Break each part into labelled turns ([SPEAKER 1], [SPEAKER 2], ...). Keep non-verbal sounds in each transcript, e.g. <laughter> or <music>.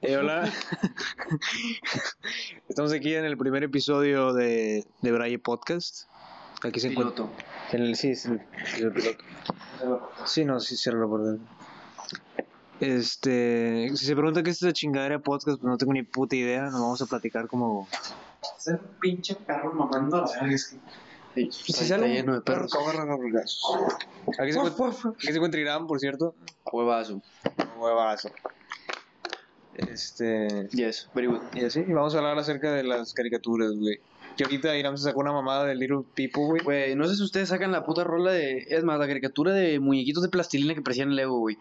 [SPEAKER 1] Eh,
[SPEAKER 2] <laughs>
[SPEAKER 1] hola, <laughs> estamos aquí en el primer episodio de, de Braille Podcast. Aquí se encuentra.
[SPEAKER 2] Piloto.
[SPEAKER 1] En el, sí, es el, el piloto. Sí, no, sí, cierra la puerta. Este, si se pregunta qué es esta chingadera de podcast, pues no tengo ni puta idea. Nos vamos a platicar como.
[SPEAKER 2] Es el pinche perro mamando la verga. es que-
[SPEAKER 1] si
[SPEAKER 2] Está-
[SPEAKER 1] sale
[SPEAKER 2] está
[SPEAKER 1] un
[SPEAKER 2] lleno de
[SPEAKER 1] perro,
[SPEAKER 2] perros.
[SPEAKER 1] Aquí se, encuent- aquí se encuentra Irán, por cierto.
[SPEAKER 2] Huevazo.
[SPEAKER 1] Huevazo. Este.
[SPEAKER 2] Yes, very good.
[SPEAKER 1] Y así, y vamos a hablar acerca de las caricaturas, güey. Que ahorita Irán se sacó una mamada de Little People, güey.
[SPEAKER 2] Güey, no sé si ustedes sacan la puta rola de. Es más, la caricatura de muñequitos de plastilina que parecían Lego, güey.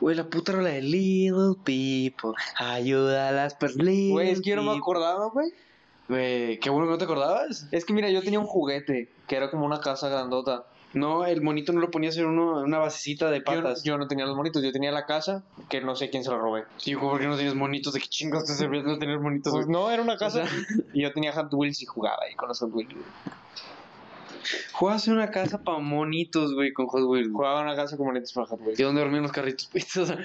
[SPEAKER 2] Güey, la puta rola de Little People. Ayuda a las personas.
[SPEAKER 1] Güey, es que yo no me acordaba, güey.
[SPEAKER 2] Güey, qué bueno que no te acordabas.
[SPEAKER 1] Es que mira, yo tenía un juguete que era como una casa grandota.
[SPEAKER 2] No, el monito no lo ponías en uno, en una basecita de
[SPEAKER 1] Yo,
[SPEAKER 2] patas.
[SPEAKER 1] yo no tenía los monitos, yo tenía la casa que no sé quién se la robé.
[SPEAKER 2] Sí, güey, ¿por qué no tienes monitos? ¿De qué chingos te servías no tener monitos?
[SPEAKER 1] Pues
[SPEAKER 2] güey?
[SPEAKER 1] no, era una casa
[SPEAKER 2] O sea-
[SPEAKER 1] <laughs> y yo tenía Hot Wheels y jugaba ahí con los Hot Wheels.
[SPEAKER 2] Jugabas en una casa pa' monitos, güey, con Hot Wheels. güey.
[SPEAKER 1] Jugaba en una casa con monitos para Hot
[SPEAKER 2] ¿Y
[SPEAKER 1] Wheels.
[SPEAKER 2] dónde dormían los carritos? <laughs> pues? O sea,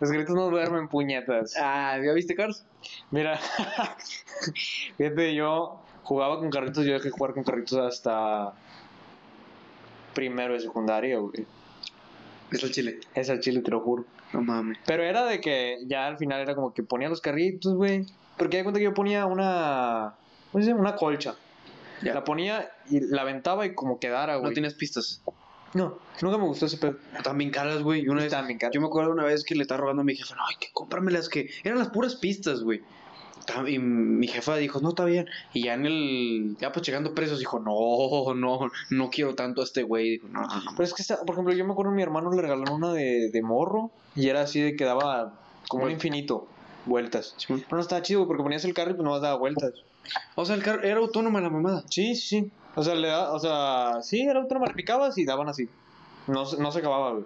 [SPEAKER 1] Los gritos no duermen puñetas.
[SPEAKER 2] ah, ¿ya viste, Cars?
[SPEAKER 1] Mira, <laughs> fíjate, yo jugaba con carritos, yo dejé de jugar con carritos hasta primero de secundaria, güey.
[SPEAKER 2] Es el chile.
[SPEAKER 1] Es al chile, te lo juro.
[SPEAKER 2] No mames.
[SPEAKER 1] Pero era de que ya al final era como que ponía los carritos, güey. Porque hay cuenta que yo ponía una. ¿Cómo se llama? Una colcha.
[SPEAKER 2] Ya.
[SPEAKER 1] La ponía y la aventaba y como quedara,
[SPEAKER 2] No
[SPEAKER 1] güey.
[SPEAKER 2] tienes pistas.
[SPEAKER 1] No, nunca me gustó ese pedo.
[SPEAKER 2] También caras, güey. y Una vez,
[SPEAKER 1] Estaban bien caras.
[SPEAKER 2] yo me acuerdo una vez que le estaba robando a mi jefa. No, hay que cómprame las que. Eran las puras pistas, güey. Ta- Y mi jefa dijo, no, está bien. Y ya en el. Ya pues llegando presos, dijo, no, no, no quiero tanto a este güey. Dijo, no, no, no.
[SPEAKER 1] Pero es que, esa- por ejemplo, yo me acuerdo que mi hermano le regaló una de, de morro y era así de que daba como un
[SPEAKER 2] Vuelta.
[SPEAKER 1] infinito vueltas.
[SPEAKER 2] Simón.
[SPEAKER 1] Pero no estaba chido, güey, porque ponías el carro y pues nomás daba vueltas.
[SPEAKER 2] O sea, el carro era autónoma la mamada.
[SPEAKER 1] Sí, sí, sí. O sea, le da, o sea, sí, era otro mar, picabas y daban así. No, se- no se acababa, güey.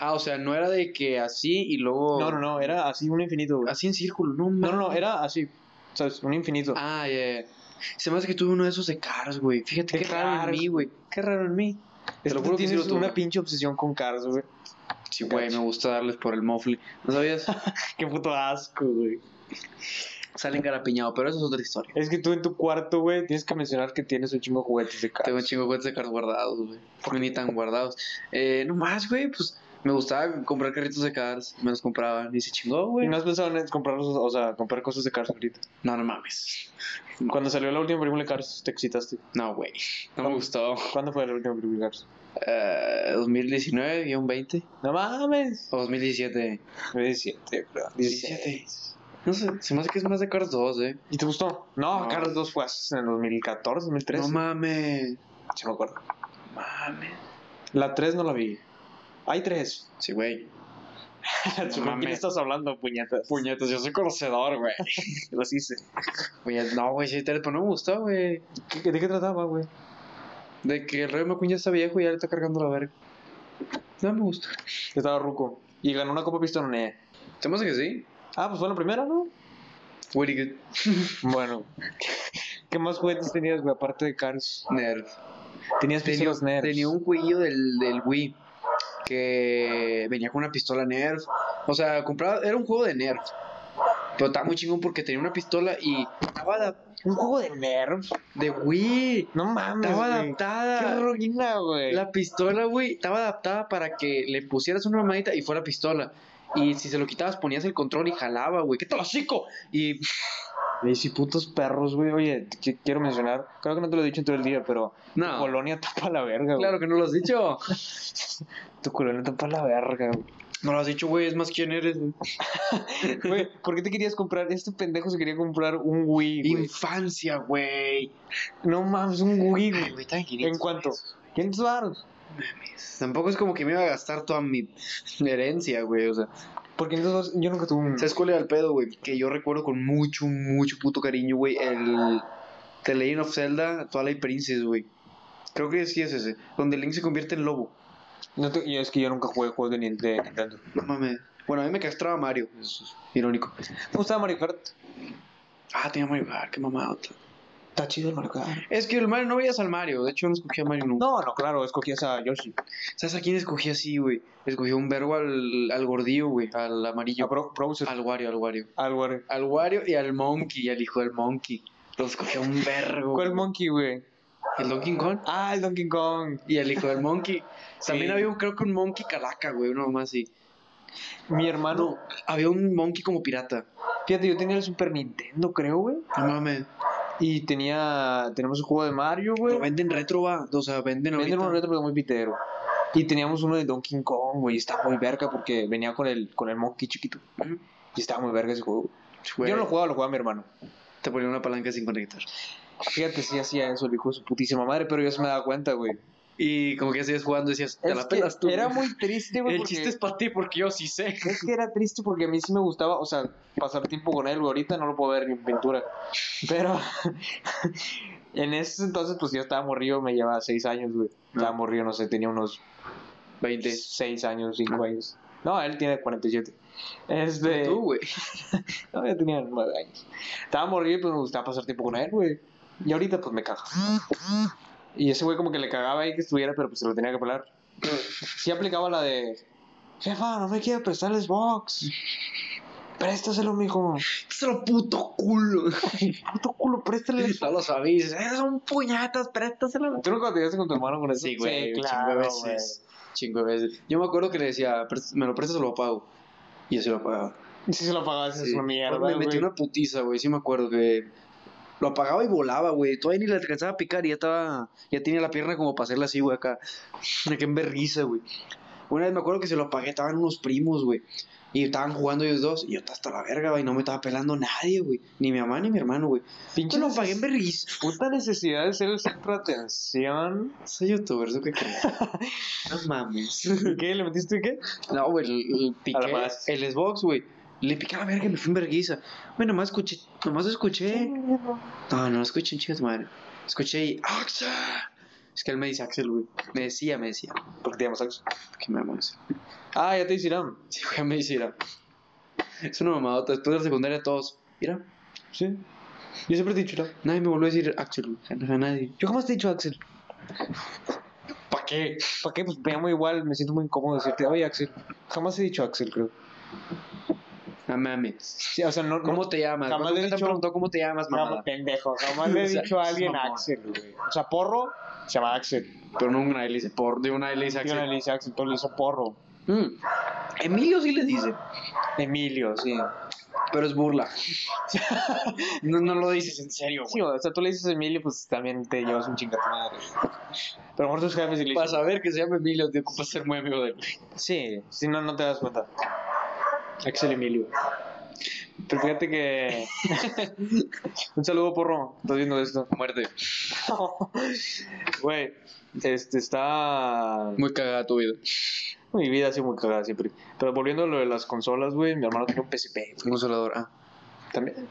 [SPEAKER 2] Ah, o sea, no era de que así y luego.
[SPEAKER 1] No, no, no, era así un infinito, güey.
[SPEAKER 2] Así en círculo, no,
[SPEAKER 1] No,
[SPEAKER 2] mames.
[SPEAKER 1] no, no, era así. ¿Sabes? Un infinito.
[SPEAKER 2] Ah, ya, ya. Se me hace que tuve uno de esos de caras, güey. Fíjate
[SPEAKER 1] De
[SPEAKER 2] qué raro en
[SPEAKER 1] Cars.
[SPEAKER 2] mí, güey.
[SPEAKER 1] Qué raro en mí. Te lo juro que
[SPEAKER 2] sí
[SPEAKER 1] tienes
[SPEAKER 2] lo tuve.
[SPEAKER 1] una pinche obsesión con Cars, güey. <laughs>
[SPEAKER 2] Sí, güey, me gusta darles por el mofle. ¿No sabías?
[SPEAKER 1] Qué puto asco, güey.
[SPEAKER 2] Salen garapiñado, pero eso es otra historia.
[SPEAKER 1] Es que tú en tu cuarto, güey, tienes que mencionar que tienes un chingo de juguetes de
[SPEAKER 2] Tengo
[SPEAKER 1] Cars.
[SPEAKER 2] un chingo de cuentas de cartas guardados, güey. Porque ni tan guardados. Eh, no más, güey, pues me gustaba comprar carritos de cars. Me los compraban y se chingó, güey.
[SPEAKER 1] ¿Y no has pensado en comprar, los- o sea, comprar cosas de Cars ahorita?
[SPEAKER 2] No, no mames.
[SPEAKER 1] Cuando salió la última película de Cars, te excitaste.
[SPEAKER 2] No, güey. No me gustó.
[SPEAKER 1] ¿Cuándo fue la última película de Cars?
[SPEAKER 2] Eh, 2019-20
[SPEAKER 1] No mames.
[SPEAKER 2] o 2017.
[SPEAKER 1] 17, creo. 17.
[SPEAKER 2] No sé, se me hace que es más de Cars 2, eh.
[SPEAKER 1] ¿Y te gustó? No,
[SPEAKER 2] No.
[SPEAKER 1] Cars 2 fue en el 2014, 2013.
[SPEAKER 2] No mames.
[SPEAKER 1] Sí me acuerdo.
[SPEAKER 2] Mames.
[SPEAKER 1] La 3 no la vi. Hay 3.
[SPEAKER 2] Sí, güey.
[SPEAKER 1] <laughs> ¿De
[SPEAKER 2] No mames.
[SPEAKER 1] quién estás hablando, puñetas?
[SPEAKER 2] Puñetas, yo soy
[SPEAKER 1] <laughs>
[SPEAKER 2] conocedor, güey.
[SPEAKER 1] Las hice.
[SPEAKER 2] Puñetas, No, güey, sí, pero no me gustó, güey.
[SPEAKER 1] ¿Qué- ¿De qué trataba, güey?
[SPEAKER 2] De que el rey Macuña está viejo y ya le está cargando la verga. No me gusta.
[SPEAKER 1] Estaba ruco. Y ganó una copa pistononea.
[SPEAKER 2] ¿Te parece que sí?
[SPEAKER 1] Ah, pues fue la primera, ¿no?
[SPEAKER 2] Very good.
[SPEAKER 1] Bueno. <laughs> ¿Qué más juguetes tenías, güey, aparte de Cars?
[SPEAKER 2] Nerd.
[SPEAKER 1] Tenías
[SPEAKER 2] Tenía,
[SPEAKER 1] pistolas nerds.
[SPEAKER 2] Este tenía un cuello del, del Wii que venía con una pistola Nerf. O sea, compraba, era un juego de Nerf. Pero estaba muy chingón porque tenía una pistola y estaba adap-
[SPEAKER 1] ¿Un juego de nerds.
[SPEAKER 2] de Wii.
[SPEAKER 1] No mames,
[SPEAKER 2] Estaba
[SPEAKER 1] güey. Qué
[SPEAKER 2] adaptada.
[SPEAKER 1] ruina, güey.
[SPEAKER 2] La pistola, güey, estaba adaptada para que le pusieras una mamadita y fuera pistola. Y si se lo quitabas, ponías el control y jalaba, güey. ¡Qué chico! Y
[SPEAKER 1] Y si putos perros, güey. Oye, qu- quiero mencionar. Creo que no te lo he dicho en todo el día, pero. Tu
[SPEAKER 2] No.
[SPEAKER 1] colonia tapa la verga, güey.
[SPEAKER 2] claro que no lo has dicho.
[SPEAKER 1] Tu colonia tapa la verga, güey. <laughs>
[SPEAKER 2] No lo has dicho, güey. Es más, ¿quién eres? güey?
[SPEAKER 1] Güey, ¿por qué te querías comprar? Este pendejo se quería comprar un Wii, güey.
[SPEAKER 2] Infancia, güey.
[SPEAKER 1] No mames, un Wii,
[SPEAKER 2] Ay,
[SPEAKER 1] güey.
[SPEAKER 2] güey, tan
[SPEAKER 1] ¿En
[SPEAKER 2] 500
[SPEAKER 1] cuánto?
[SPEAKER 2] pesos.
[SPEAKER 1] 500 baros.
[SPEAKER 2] Tampoco es como que me iba a gastar toda mi herencia, güey. O sea,
[SPEAKER 1] Por 500 baros, yo nunca tuve un.
[SPEAKER 2] ¿sabes cuál era el pedo, güey? Que yo recuerdo con mucho, mucho puto cariño, güey, el The Legend of Zelda Twilight Princess, güey. Creo que sí es ese, donde Link se convierte en lobo.
[SPEAKER 1] No te- y es que yo nunca jugué juegos de Nin- de Nintendo.
[SPEAKER 2] No mames. Bueno, a mí me castraba Mario. Eso es irónico.
[SPEAKER 1] Me gustaba Mario Kart.
[SPEAKER 2] Ah, tenía Mario Kart, qué mamada.
[SPEAKER 1] Está chido el Mario Kart.
[SPEAKER 2] Es que el Mario, no veías al Mario. De hecho, no escogí a Mario nunca.
[SPEAKER 1] No, no, claro, escogías a Yoshi.
[SPEAKER 2] ¿Sabes a quién escogí así, güey? Escogí un verbo al, al gordillo, güey. Al
[SPEAKER 1] A
[SPEAKER 2] amarillo.
[SPEAKER 1] Bro- Bowser.
[SPEAKER 2] Al Wario, al Wario.
[SPEAKER 1] Al Wario.
[SPEAKER 2] Al Wario y al Monkey, al hijo del Monkey. Los escogí a un vergo.
[SPEAKER 1] ¿Cuál
[SPEAKER 2] güey.
[SPEAKER 1] Monkey, güey?
[SPEAKER 2] El Donkey Kong.
[SPEAKER 1] Ah, el Donkey Kong.
[SPEAKER 2] Y el hijo del Monkey. También
[SPEAKER 1] Sí.
[SPEAKER 2] había, un, creo que un Monkey calaca, güey. Uno más así.
[SPEAKER 1] Mi hermano.
[SPEAKER 2] Había un Monkey como pirata.
[SPEAKER 1] Fíjate, yo tenía el Super Nintendo, creo, güey.
[SPEAKER 2] No mames.
[SPEAKER 1] Y tenía. Tenemos un juego de Mario, güey.
[SPEAKER 2] Lo venden retro, va. O sea, venden ahorita.
[SPEAKER 1] Venden uno retro, pero muy pitero. Y teníamos uno de Donkey Kong, güey. Y estaba muy verga porque venía con el, con el monkey chiquito.
[SPEAKER 2] Ujú.
[SPEAKER 1] Y estaba muy verga ese juego.
[SPEAKER 2] Güey,
[SPEAKER 1] Yo no lo jugaba, lo jugaba mi hermano.
[SPEAKER 2] Te ponían una palanca sin conectar.
[SPEAKER 1] Fíjate, sí hacía eso, el hijo de su putísima madre, pero yo se me daba cuenta, güey.
[SPEAKER 2] Y como que seguías jugando, decías, te
[SPEAKER 1] Es
[SPEAKER 2] la
[SPEAKER 1] que
[SPEAKER 2] pelas tú.
[SPEAKER 1] Era
[SPEAKER 2] güey.
[SPEAKER 1] muy triste, güey.
[SPEAKER 2] <laughs> El
[SPEAKER 1] porque-
[SPEAKER 2] chiste es para ti porque yo sí sé.
[SPEAKER 1] Es que era triste porque a mí sí me gustaba, o sea, pasar tiempo con él, güey. Ahorita no lo puedo ver ni en pintura. Pero <laughs> en ese entonces, pues yo estaba morrido, me llevaba seis años, güey. Estaba morrido, no sé, tenía unos
[SPEAKER 2] 20.
[SPEAKER 1] seis años, cinco
[SPEAKER 2] Ah.
[SPEAKER 1] años. No, él tiene 47. Este.
[SPEAKER 2] Tú, güey.
[SPEAKER 1] No, yo tenía nueve años. Estaba morrido, pues me gustaba pasar tiempo con él, güey. Y ahorita, pues me caga. Y ese güey, como que le cagaba ahí que estuviera, pero pues se lo tenía que pelar. Sí aplicaba la de: Jefa, no me quiero prestar el Xbox. Préstaselo, mijo.
[SPEAKER 2] Estás lo puto <laughs> culo.
[SPEAKER 1] Puto culo, préstale. el
[SPEAKER 2] Ya lo sabéis.
[SPEAKER 1] Eh,
[SPEAKER 2] Eres un puñatas, préstaselo.
[SPEAKER 1] <laughs> ¿Tú nunca te llegaste con tu hermano con eso?
[SPEAKER 2] Sí, güey.
[SPEAKER 1] claro,
[SPEAKER 2] chingo de veces. Chingo de veces. Yo me acuerdo que le decía, "Prest- me lo prestas o lo pago. Y yo se lo pagaba.
[SPEAKER 1] güey. Sí, se lo pagabas, es
[SPEAKER 2] Sí.
[SPEAKER 1] una mierda,
[SPEAKER 2] Me metí
[SPEAKER 1] güey.
[SPEAKER 2] una putiza, güey. Sí me acuerdo que lo apagaba y volaba, güey. Todavía ni le alcanzaba a picar y ya estaba... Ya tenía la pierna como para hacerla así, güey, acá. Me quedé en berriza, güey. Una vez me acuerdo que se lo apagué, estaban unos primos, güey. Y estaban jugando ellos dos. Y yo estaba hasta la verga, güey. No me estaba pelando nadie, güey. Ni mi mamá ni mi hermano, güey.
[SPEAKER 1] Pinche
[SPEAKER 2] Yo lo apagué en
[SPEAKER 1] neces-
[SPEAKER 2] berriza.
[SPEAKER 1] Puta necesidad de ser el centro de atención.
[SPEAKER 2] Soy youtuber, ¿eso qué crees? no mames.
[SPEAKER 1] <laughs> ¿Qué? ¿Le metiste qué?
[SPEAKER 2] No, güey, el- el- piqué
[SPEAKER 1] Además.
[SPEAKER 2] el Xbox, güey. Le piqué a la verga y me fui en verguiza. Güey, nomás escuché, nomás escuché. No, no lo escuché, chicas madre. Escuché y ¡Axel! Es que él me dice Axel, güey. Me decía, me decía.
[SPEAKER 1] Porque te llamas Axel.
[SPEAKER 2] Que me amo Axel.
[SPEAKER 1] Ah, ya te hicieron.
[SPEAKER 2] Sí, güey, me dice, mira. Es una mamadota. Después de la secundaria, todos. Mira,
[SPEAKER 1] Sí. Yo siempre te he dicho, ¿no?
[SPEAKER 2] nadie me volvió a decir Axel, güey. A nadie.
[SPEAKER 1] Yo jamás te he dicho Axel.
[SPEAKER 2] ¿Para qué?
[SPEAKER 1] ¿Para qué? Pues me llamo igual, me siento muy incómodo decirte, oye Axel. Jamás he dicho Axel, creo.
[SPEAKER 2] No mames.
[SPEAKER 1] Sí, o sea, no. no-
[SPEAKER 2] ¿Cómo te llamas?
[SPEAKER 1] Jamás
[SPEAKER 2] Jamás
[SPEAKER 1] le he
[SPEAKER 2] te han
[SPEAKER 1] dicho-
[SPEAKER 2] preguntado cómo te llamas,
[SPEAKER 1] No,
[SPEAKER 2] mamada.
[SPEAKER 1] pendejo. Jamás <laughs> le he
[SPEAKER 2] O sea,
[SPEAKER 1] dicho a alguien
[SPEAKER 2] mamón.
[SPEAKER 1] Axel, güey. O sea, porro se llama Axel.
[SPEAKER 2] Pero nunca nadie le dice por. Digo, nadie le dice
[SPEAKER 1] Yo no
[SPEAKER 2] Axel.
[SPEAKER 1] le hice Axel, todo le hizo porro.
[SPEAKER 2] Mm. Emilio sí le dice.
[SPEAKER 1] Emilio, sí.
[SPEAKER 2] Pero es burla. <laughs> no, no lo dices en serio,
[SPEAKER 1] Sí, o sea, tú le dices Emilio, pues también te llevas un chingato madre. Pero por tus jefes y le
[SPEAKER 2] Para
[SPEAKER 1] dices.
[SPEAKER 2] saber que se llama Emilio, te ocupas ser muy amigo de él.
[SPEAKER 1] Sí, si no, no te das cuenta. Axel Emilio. Pero Pues fíjate <laughs> que. un saludo, porro. Estás viendo esto.
[SPEAKER 2] Muerte.
[SPEAKER 1] Güey, este está.
[SPEAKER 2] Muy cagada tu vida.
[SPEAKER 1] Mi vida ha sido muy cagada siempre. Pero volviendo a lo de las consolas, güey, mi hermano tenía un PSP. güey.
[SPEAKER 2] Un consolador. Ah.
[SPEAKER 1] También.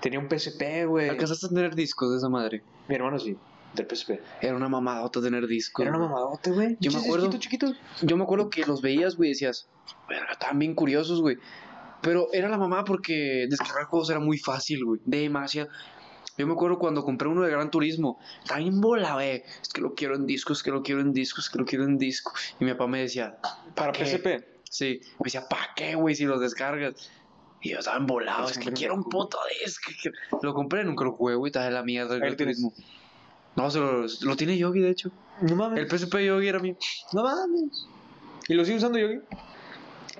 [SPEAKER 1] Tenía un PSP, güey.
[SPEAKER 2] ¿Alcanzaste a tener discos de esa madre?
[SPEAKER 1] Mi hermano sí, del PSP.
[SPEAKER 2] Era una mamadota tener discos.
[SPEAKER 1] Era una
[SPEAKER 2] güey.
[SPEAKER 1] mamadote, güey.
[SPEAKER 2] Yo me
[SPEAKER 1] Pinches
[SPEAKER 2] acuerdo.
[SPEAKER 1] disquitos chiquitos.
[SPEAKER 2] Yo me acuerdo que los veías, güey, y decías, verga, estaban bien curiosos, güey. Pero era la mamá porque descargar juegos era muy fácil, güey. Demasiado. Yo me acuerdo cuando compré uno de Gran Turismo. Está bien bola, güey. Es que lo quiero en disco, es que lo quiero en disco, es que lo quiero en disco. Y mi papá me decía,
[SPEAKER 1] Para
[SPEAKER 2] ¿Qué?
[SPEAKER 1] PSP.
[SPEAKER 2] sí. Me decía, ¿para qué, güey, si los descargas? Y yo estaba embolado,
[SPEAKER 1] Los
[SPEAKER 2] es que
[SPEAKER 1] compré en
[SPEAKER 2] quiero un
[SPEAKER 1] Goku.
[SPEAKER 2] puto disco. <laughs> quiero- Lo compré, nunca lo jugué, güey. Estaba de la mierda el
[SPEAKER 1] Ahí
[SPEAKER 2] Gran
[SPEAKER 1] lo tienes.
[SPEAKER 2] Turismo. No, se lo, lo tiene Yogi, de hecho.
[SPEAKER 1] No mames.
[SPEAKER 2] El PSP Yogi era mío.
[SPEAKER 1] No mames. ¿Y lo sigue usando Yogi?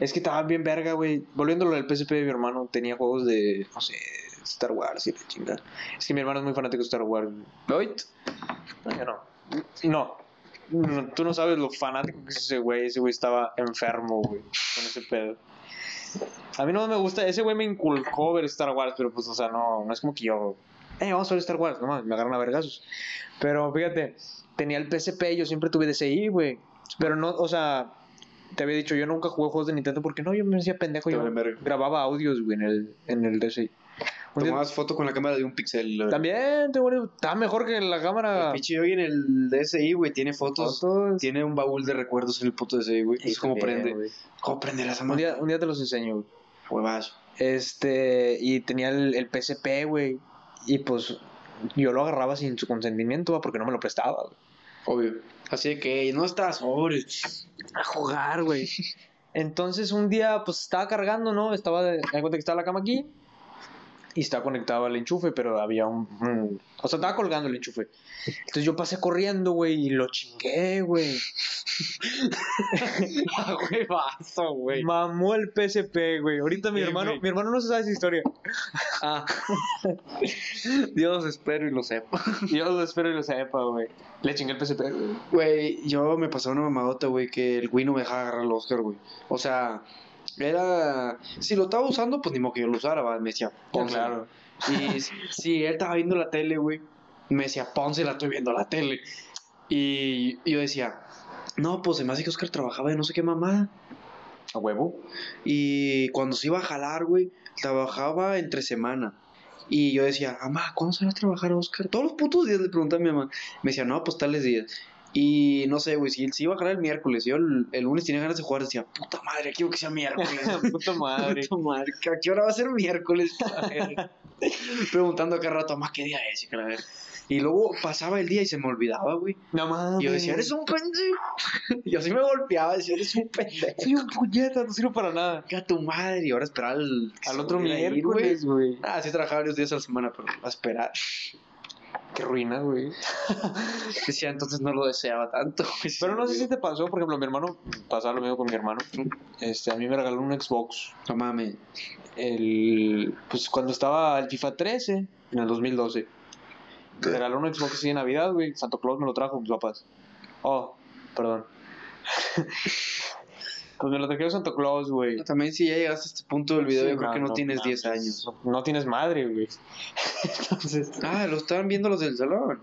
[SPEAKER 1] Es que estaba bien verga, güey. Volviéndolo del PSP de mi hermano, tenía juegos de, no sé, Star Wars y la chingada. Es que mi hermano es muy fanático de Star Wars.
[SPEAKER 2] ¿Oit?
[SPEAKER 1] No, yo no. No. No, Tú no sabes lo fanático que es ese güey. Ese güey estaba enfermo, güey, con ese pedo. A mí no me gusta. Ese güey me inculcó ver Star Wars, pero pues, o sea, no, no es como que yo. Eh, vamos a ver Star Wars. No mames, me agarran a vergazos. Pero fíjate, tenía el PSP, yo siempre tuve DCI, güey. Pero no, o sea, te había dicho, yo nunca jugué juegos de Nintendo porque no, yo me hacía pendejo.
[SPEAKER 2] Te
[SPEAKER 1] Yo
[SPEAKER 2] vale verga.
[SPEAKER 1] grababa audios, güey, en el, en el DCI. Un día-
[SPEAKER 2] Tomabas foto con la cámara de un pixel. güey.
[SPEAKER 1] También, te güey, estaba mejor que la
[SPEAKER 2] El
[SPEAKER 1] cámara.
[SPEAKER 2] pinche Yogi en el DSI, güey, tiene fotos.
[SPEAKER 1] Fotos.
[SPEAKER 2] Tiene un baúl de recuerdos en el puto DSI, güey.
[SPEAKER 1] Sí,
[SPEAKER 2] Es como
[SPEAKER 1] también,
[SPEAKER 2] prende.
[SPEAKER 1] güey.
[SPEAKER 2] ¿Cómo prender esa
[SPEAKER 1] Un
[SPEAKER 2] madre?
[SPEAKER 1] día, un día te los enseño, güey.
[SPEAKER 2] Huevazo.
[SPEAKER 1] Este, y tenía el, el PSP, güey. Y pues, yo lo agarraba sin su consentimiento, va, porque no me lo prestaba. güey.
[SPEAKER 2] Obvio. Así de que no estás sobre. A jugar, güey.
[SPEAKER 1] Entonces un día, pues estaba cargando, ¿no? Estaba, de, me di cuenta que estaba la cama aquí y estaba conectado al enchufe, pero había un, un- O sea, estaba colgando el enchufe. Entonces yo pasé corriendo, güey, y lo chingué, güey.
[SPEAKER 2] <laughs> A huevazo, güey.
[SPEAKER 1] Mamó el PSP, güey. Ahorita mi
[SPEAKER 2] Sí,
[SPEAKER 1] hermano,
[SPEAKER 2] güey.
[SPEAKER 1] mi hermano no se sabe esa historia.
[SPEAKER 2] Ah. <laughs> Dios, espero y lo sepa.
[SPEAKER 1] Yo lo espero y lo sepa, güey. Le chingué el PSP, güey.
[SPEAKER 2] Güey, yo me pasaba una mamadota, güey, que el güey no me dejaba agarrar el Oscar, güey. O sea, era. Si lo estaba usando, pues ni modo que yo lo usara, va. Me decía, "Ponce".
[SPEAKER 1] claro.
[SPEAKER 2] Y si- si él estaba viendo la tele, güey, me decía, Ponce, la estoy viendo la tele. Y yo decía, no, pues se me hace que Oscar trabajaba de no sé qué mamada.
[SPEAKER 1] A huevo. <laughs>
[SPEAKER 2] Y cuando se iba a jalar, güey, trabajaba entre semana. Y yo decía, mamá, ¿cuándo se va a trabajar Oscar? Todos los putos días le preguntaba a mi mamá. Me decía, no, pues tales días. Y no sé, güey, si él se iba a jalar el miércoles, yo el, el lunes tenía ganas de jugar, decía, puta madre, quiero que sea miércoles.
[SPEAKER 1] Puta
[SPEAKER 2] <laughs>
[SPEAKER 1] madre.
[SPEAKER 2] Puta madre, ¿a qué hora va a ser miércoles? <laughs> A ver. Preguntando cada rato, mamá, ¿qué día es? Y que la ver. Y luego pasaba el día y se me olvidaba, güey.
[SPEAKER 1] No mames.
[SPEAKER 2] Y yo decía, eres un pendejo. <laughs> Y así me golpeaba, decía, eres un pendejo.
[SPEAKER 1] Soy un puñeta, no sirvo para nada.
[SPEAKER 2] Chinga tu madre y ahora esperar al,
[SPEAKER 1] Al otro
[SPEAKER 2] ir a ir,
[SPEAKER 1] miércoles, güey.
[SPEAKER 2] güey. Ah, sí trabajaba varios días a la semana, pero a esperar.
[SPEAKER 1] Qué ruina, güey.
[SPEAKER 2] Decía, entonces no lo deseaba tanto. <laughs> güey.
[SPEAKER 1] Pero no sé si te pasó, por ejemplo, mi hermano, pasaba lo mismo con mi hermano. Este, a mí me regaló un Xbox.
[SPEAKER 2] No mames.
[SPEAKER 1] El, pues cuando estaba el FIFA 13, en el 2012. Me regaló un Xbox así de Navidad, güey. Santo Claus me lo trajo, mis papás. Oh, perdón. <laughs> pues me lo trajeron Santo Claus, güey.
[SPEAKER 2] También si ya llegaste a este punto del video,
[SPEAKER 1] Sí,
[SPEAKER 2] yo creo que no, tienes 10
[SPEAKER 1] mames,
[SPEAKER 2] años.
[SPEAKER 1] No, no tienes madre, güey. <laughs> Entonces,
[SPEAKER 2] Ah, lo estaban viendo los del salón.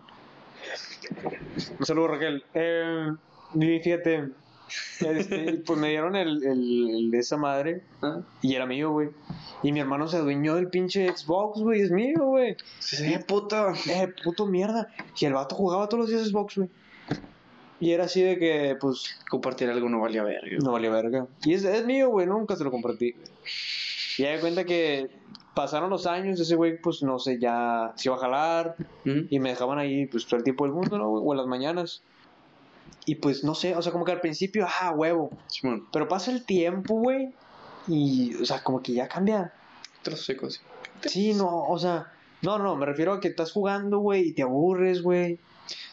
[SPEAKER 1] un saludo, Raquel. Eh, y fíjate, este, pues me dieron el, el, el de esa madre
[SPEAKER 2] Ah,
[SPEAKER 1] y era mío, güey. Y mi hermano se adueñó del pinche Xbox, güey. Es mío, güey.
[SPEAKER 2] Sí, puta.
[SPEAKER 1] Eh, puto mierda. Y el vato jugaba todos los días Xbox, güey. Y era así de que, pues,
[SPEAKER 2] Compartir algo no valía verga.
[SPEAKER 1] no valía verga. Y es, es mío, güey, nunca se lo compartí. Y ya de cuenta que pasaron los años, ese güey, pues, no sé, ya se iba a jalar.
[SPEAKER 2] ¿Mm?
[SPEAKER 1] Y me dejaban ahí, pues, todo el tiempo del mundo, ¿no? güey? O en las mañanas. Y pues, no sé, o sea, como que al principio, ah, huevo.
[SPEAKER 2] Simón,
[SPEAKER 1] Pero pasa el tiempo, güey. Y, o sea, como que ya cambia.
[SPEAKER 2] te lo seco así.
[SPEAKER 1] Sí, no, o sea, no, no, me refiero a que estás jugando, güey, y te aburres, güey.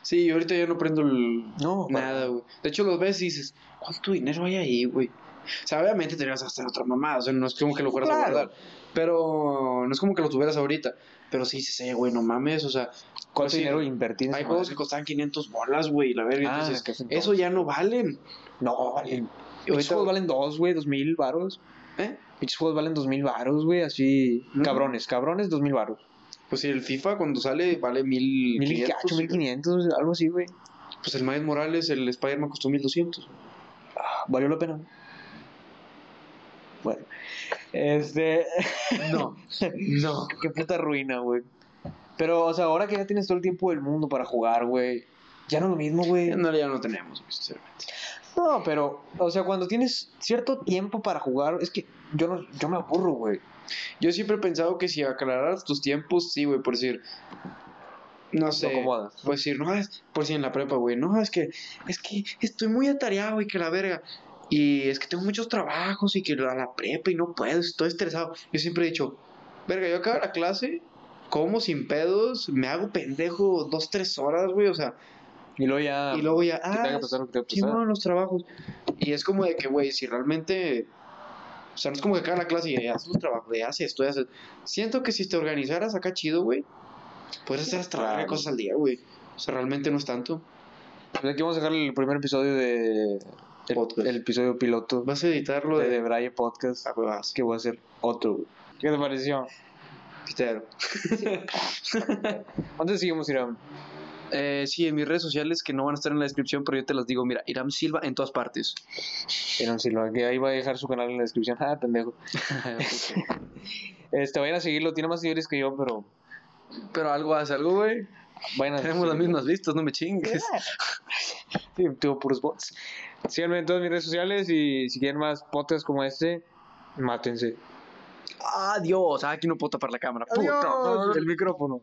[SPEAKER 2] Sí, yo ahorita ya no prendo el...
[SPEAKER 1] No,
[SPEAKER 2] nada, güey. De hecho, los ves y dices, ¿cuánto dinero hay ahí, güey? O sea, obviamente te ibas a hacer otra mamada, o sea, no es como que lo fueras
[SPEAKER 1] Claro.
[SPEAKER 2] a guardar. Pero no es como que lo tuvieras ahorita. Pero sí dices, eh, güey, no mames, o sea,
[SPEAKER 1] ¿Cuánto
[SPEAKER 2] pues sí,
[SPEAKER 1] dinero invertí en
[SPEAKER 2] Hay
[SPEAKER 1] esa
[SPEAKER 2] juegos que
[SPEAKER 1] madre?
[SPEAKER 2] costaban 500 bolas, güey, la verga.
[SPEAKER 1] Ah,
[SPEAKER 2] entonces,
[SPEAKER 1] que es entonces.
[SPEAKER 2] eso ya no valen.
[SPEAKER 1] No, valen. Esos
[SPEAKER 2] Y ahorita,
[SPEAKER 1] juegos valen dos, güey, dos mil varos.
[SPEAKER 2] ¿eh?
[SPEAKER 1] Esos juegos valen dos mil varos, güey, así.
[SPEAKER 2] Mm.
[SPEAKER 1] Cabrones, cabrones, dos mil varos.
[SPEAKER 2] Pues sí, el FIFA cuando sale vale
[SPEAKER 1] Mil y
[SPEAKER 2] 1000.
[SPEAKER 1] cacho, mil quinientos, algo así, güey.
[SPEAKER 2] Pues el Miles Morales, el Spider-Man costó
[SPEAKER 1] <laughs>
[SPEAKER 2] 1200.
[SPEAKER 1] Ah, Valió la pena. Bueno, este. <laughs>
[SPEAKER 2] No, <laughs> no.
[SPEAKER 1] Qué puta ruina, güey. Pero, o sea, ahora que ya tienes todo el tiempo del mundo para jugar, güey. Ya no es lo mismo, güey.
[SPEAKER 2] No, ya no tenemos, güey, este, sinceramente.
[SPEAKER 1] No, pero, o sea, cuando tienes cierto tiempo para jugar, es que yo no, yo me aburro, güey.
[SPEAKER 2] Yo siempre he pensado que si aclararas tus tiempos, sí, güey, por decir. No
[SPEAKER 1] Te
[SPEAKER 2] sé.
[SPEAKER 1] acomodas.
[SPEAKER 2] Pues decir, no, es por si en la prepa, güey, no, es que, es que estoy muy atareado, güey, que la verga. Y es que tengo muchos trabajos y que a la prepa y no puedo, estoy estresado. Yo siempre he dicho, verga, yo acabo la clase, como sin pedos, me hago pendejo dos, tres horas, güey, o sea,
[SPEAKER 1] Y luego ya.
[SPEAKER 2] y luego ya,
[SPEAKER 1] que te
[SPEAKER 2] ah,
[SPEAKER 1] haga pasar lo que te haga pasar.
[SPEAKER 2] chingón los trabajos. Y es como de que, güey, si realmente, o sea, no es como que acaba la clase y ya haces los trabajos, ya haces esto, ya haces. Siento que si te organizaras acá chido, güey, puedes hacer hasta la verga
[SPEAKER 1] Claro.
[SPEAKER 2] cosas al día, güey. O sea, realmente no es tanto.
[SPEAKER 1] Pues aquí vamos a dejar el primer episodio de. El,
[SPEAKER 2] Podcast. pues,
[SPEAKER 1] el episodio piloto
[SPEAKER 2] Vas a editarlo
[SPEAKER 1] de,
[SPEAKER 2] de...
[SPEAKER 1] de Braille Podcast.
[SPEAKER 2] Ah, huevas.
[SPEAKER 1] Que voy a hacer otro, güey. ¿Qué te pareció?
[SPEAKER 2] Pitero.
[SPEAKER 1] ¿Dónde seguimos, Irán?
[SPEAKER 2] Eh, sí, en mis redes sociales que no van a estar en la descripción, pero yo te las digo. Mira, Irán Silva en todas partes.
[SPEAKER 1] Irán Silva, que ahí va a dejar su canal en la descripción. <laughs> Ah, pendejo. Este, vayan a seguirlo, tiene más seguidores que yo, pero.
[SPEAKER 2] pero algo hace algo, güey.
[SPEAKER 1] Vayan a
[SPEAKER 2] Tenemos las
[SPEAKER 1] seguirlo.
[SPEAKER 2] mismas vistas, no me chingues.
[SPEAKER 1] Sí, tengo puros bots. Síganme en todas mis redes sociales y si quieren más podcasts como este, mátense.
[SPEAKER 2] Adiós. Ah, aquí no puedo tapar la cámara. Puta
[SPEAKER 1] Puta,
[SPEAKER 2] madre.
[SPEAKER 1] el micrófono.